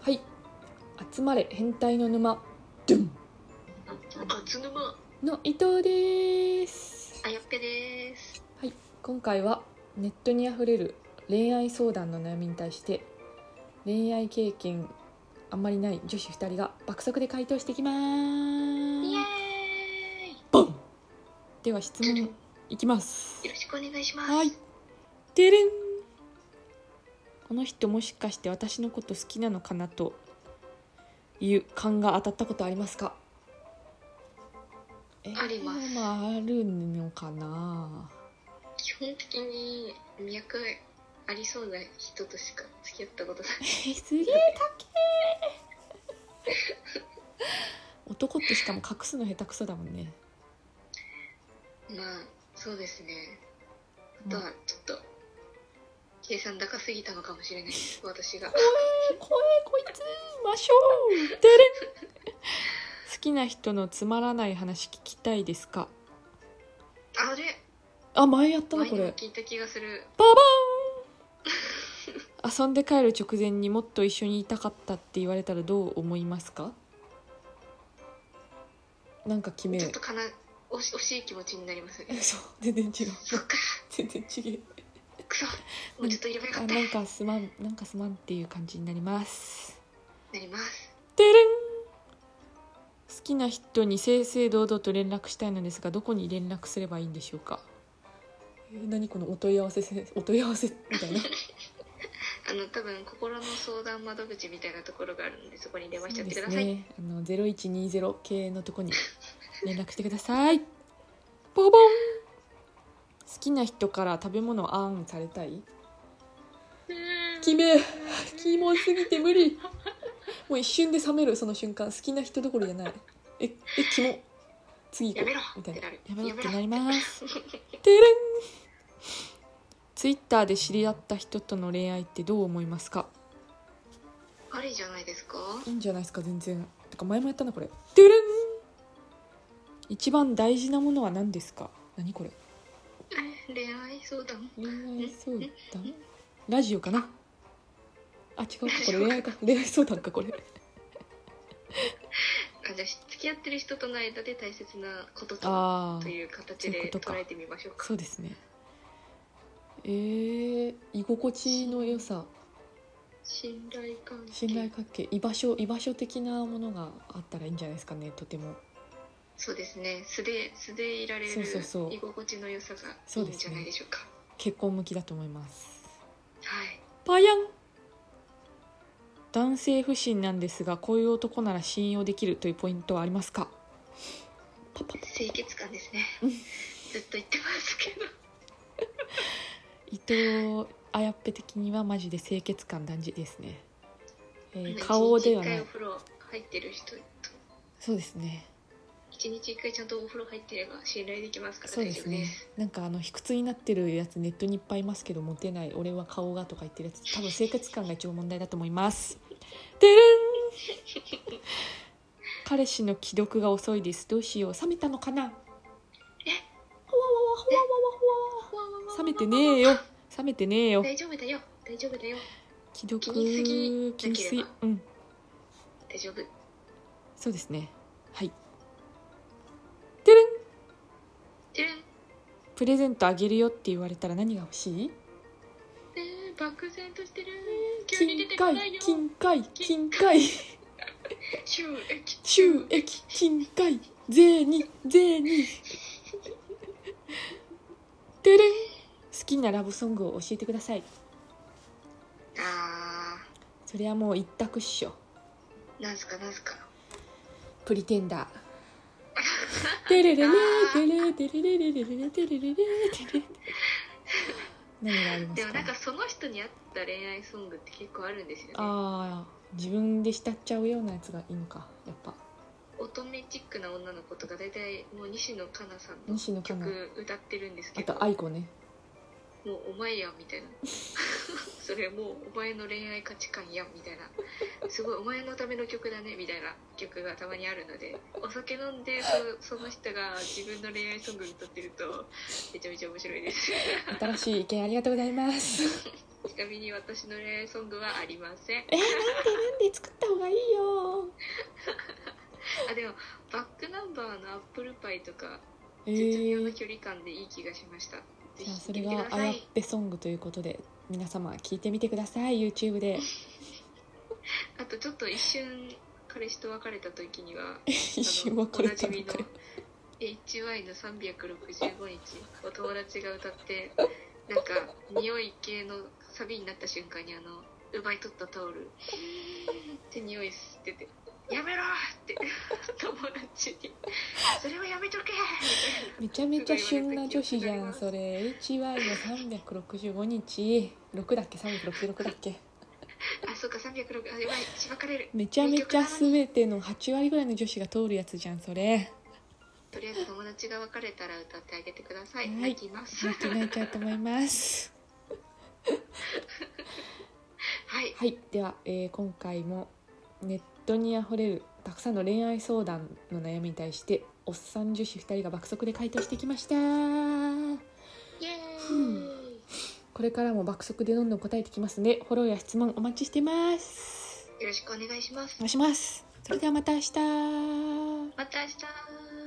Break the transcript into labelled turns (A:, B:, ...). A: はい集まれ変態の沼ドゥン
B: あつぬま
A: の伊藤です
B: あやっぺです
A: はい今回はネットにあふれる恋愛相談の悩みに対して恋愛経験あんまりない女子2人が爆速で回答してきま
B: イエー
A: ー
B: イ
A: すボンでは質問いきます
B: よろしくお願いします、
A: はいてれんこの人もしかして私のこと好きなのかなという勘が当たったことありますかえー
B: あります
A: まああるのかな
B: 基本的に脈ありそうな人としか付き合ったことない
A: えーすげえ高え男ってしかも隠すの下手くそだもんね、
B: まあそうですねあと
A: まあ
B: はちょっと計算高すぎたのかも しれないです私が
A: 怖えこいつましょうてれん好きな人のつまらない話聞きたいですか
B: あれ
A: あ前やったな
B: 前
A: こ
B: にも
A: れ
B: 聞いた気がする
A: ババーン 遊んで帰る直前にもっと一緒にいたかったって言われたらどう思いますかなんか決め
B: ちょ
A: よ
B: っとかな惜し惜しい気持ちになります ね
A: 嘘全然違う
B: そっか
A: 全然違う
B: くそもうちょっといればよか
A: あ
B: った
A: な
B: なん
A: かすまんなんかすまんっていう感じになります
B: ります
A: てれん好きな人に正々堂々と連絡したいのですがどこに連絡すればいいんでしょうかえー何このお問い合わせせお問い合わせみたいな
B: あの多分心の相談窓口みたいなところがあるのでそこに電話しち
A: そ
B: ゃ
A: う
B: って
A: で
B: く
A: す
B: ださい、
A: ねあの0120系のとこに連絡してくださいボボン好きな人から食べ物をあんされたいう
B: ーん
A: キメキモすぎて無理もう一瞬で冷めるその瞬間好きな人どころじゃないええキモ次行
B: や
A: こ
B: めろ
A: うみ
B: った
A: い
B: て
A: なや
B: なる
A: めろってなり
B: や
A: ま
B: めろ
A: すてれんツイッターで知り合った人との恋愛ってどう思いますか
B: ありじゃないですか
A: いいんじゃないですか全然てか前もやったなこれてれん一番大事なものは何ですか何これ
B: 恋愛相談
A: 恋愛相談ラジオかなあ違うかこれ恋愛か恋愛相談かこれ
B: あじゃあ付き合ってる人との間で大切なこととは
A: ああ
B: という形
A: そういう
B: で
A: ことか
B: 捉えてみましょうか
A: そうですねえー、居心地の良さ
B: 信頼関係
A: 信頼関係居場所居場所的なものがあったらいいんじゃないですかねとても
B: そうですね素で素でいられる
A: そうそうそう
B: 居心地の良さが
A: そう
B: いい
A: で
B: ん
A: す
B: じ
A: ね
B: ゃないでしょうか
A: 結婚向きだと思います
B: はい
A: パヤン男性不信なんですがこういう男なら信用できるというポイントはありますかパパ
B: 清潔感ですね
A: うん
B: ずっと言ってますけど
A: 伊藤あやっぺ的にはマジで清潔感大事ですね、えー
B: 一日
A: 顔ではな
B: 一回
A: い
B: お風呂入ってる人と
A: そうですね
B: 一日一回ちゃんとお風呂入ってれば信頼できますから
A: そう
B: 大
A: で
B: 丈
A: す
B: 夫で
A: ね
B: す
A: なんかあの卑屈になってるやつネットにいっぱいいますけどモテない俺は顔がとか言ってるやつ多分生活感が一番問題だと思い ますてれん彼氏の既読が遅いですどうしよう冷めたのかなほわわわほわわわほわ冷めてねえよ冷めてねえよ
B: 大丈夫だよ大丈夫だよ
A: 既読
B: 気にしすぎ
A: 気にしすぎ
B: なけ
A: うん
B: 大丈夫
A: そうですねはいてれん
B: てれん
A: プレゼントあげるよって言われたら何が欲しい
B: えー、漠然としてる急に出
A: 金
B: てこない
A: 塊
B: よ
A: 金塊金塊
B: 収益
A: 収益金塊銭銭てれん好きなラブソングを教えてください
B: あ
A: それはもう一択っしょ
B: ーなんすかなんすか
A: プリテンダーてれれれてれてれれれれれれてれれれてれ何がありま
B: ですも
A: か
B: なんかその人に合った恋愛ソングって結構あるんですよね
A: ああ自分で浸っちゃうようなやつがいいのかやっぱ
B: 乙女チックな女の子とか大体もう西野カナさんの
A: 西野カナ
B: 曲歌ってるんです
A: あ
B: けど
A: と愛子ね
B: もうお前やみたいな それもうお前の恋愛価値観やみたいなすごいお前のための曲だねみたいな曲がたまにあるのでお酒飲んでそその人が自分の恋愛ソング歌ってるとめちゃめちゃ面白いです
A: 新しい意見ありがとうございます
B: ちなみに私の恋愛ソングはありません
A: えー、なんでなんで作った
B: いとか
A: え
B: 絶妙な
A: ー、
B: 距離感でいい気がしました、ぜ
A: じゃあ
B: ひ
A: そ
B: 聴い
A: れ
B: て
A: が
B: みてくだ
A: あや
B: さ
A: っ
B: い
A: ぺソングということで皆様聞いてみてください YouTube で
B: あとちょっと一瞬彼氏と別れた時には
A: 一瞬別れたの
B: おなじみの
A: かよ
B: HY の365日お友達が歌ってなんか匂い系のサビになった瞬間にあの奪い取ったタオルって匂い吸ってて「やめろ!」って 友達に「それはやめとけ!」
A: めちゃめちゃ旬な女子じゃんそれ HY の365日6だっけ366だっけ
B: みたいなあそうか360あやばいしばかれる
A: めちゃめちゃ全ての8割ぐらいの女子が通るやつじゃんそれ
B: とりあえず友達が別れたら歌ってあげてください、
A: はい
B: 泣きます
A: 泣き泣いちゃうと思います
B: はい
A: はいでは、えー今回もネットにあふれるたくさんの恋愛相談の悩みに対しておっさん女子2人が爆速で回答してきました
B: イエーイ、
A: うんこれからも爆速でどんどん答えてきますねフォローや質問お待ちしてます
B: よろしくお願いしま
A: お
B: す
A: 願いしますそれではまた明日
B: また明日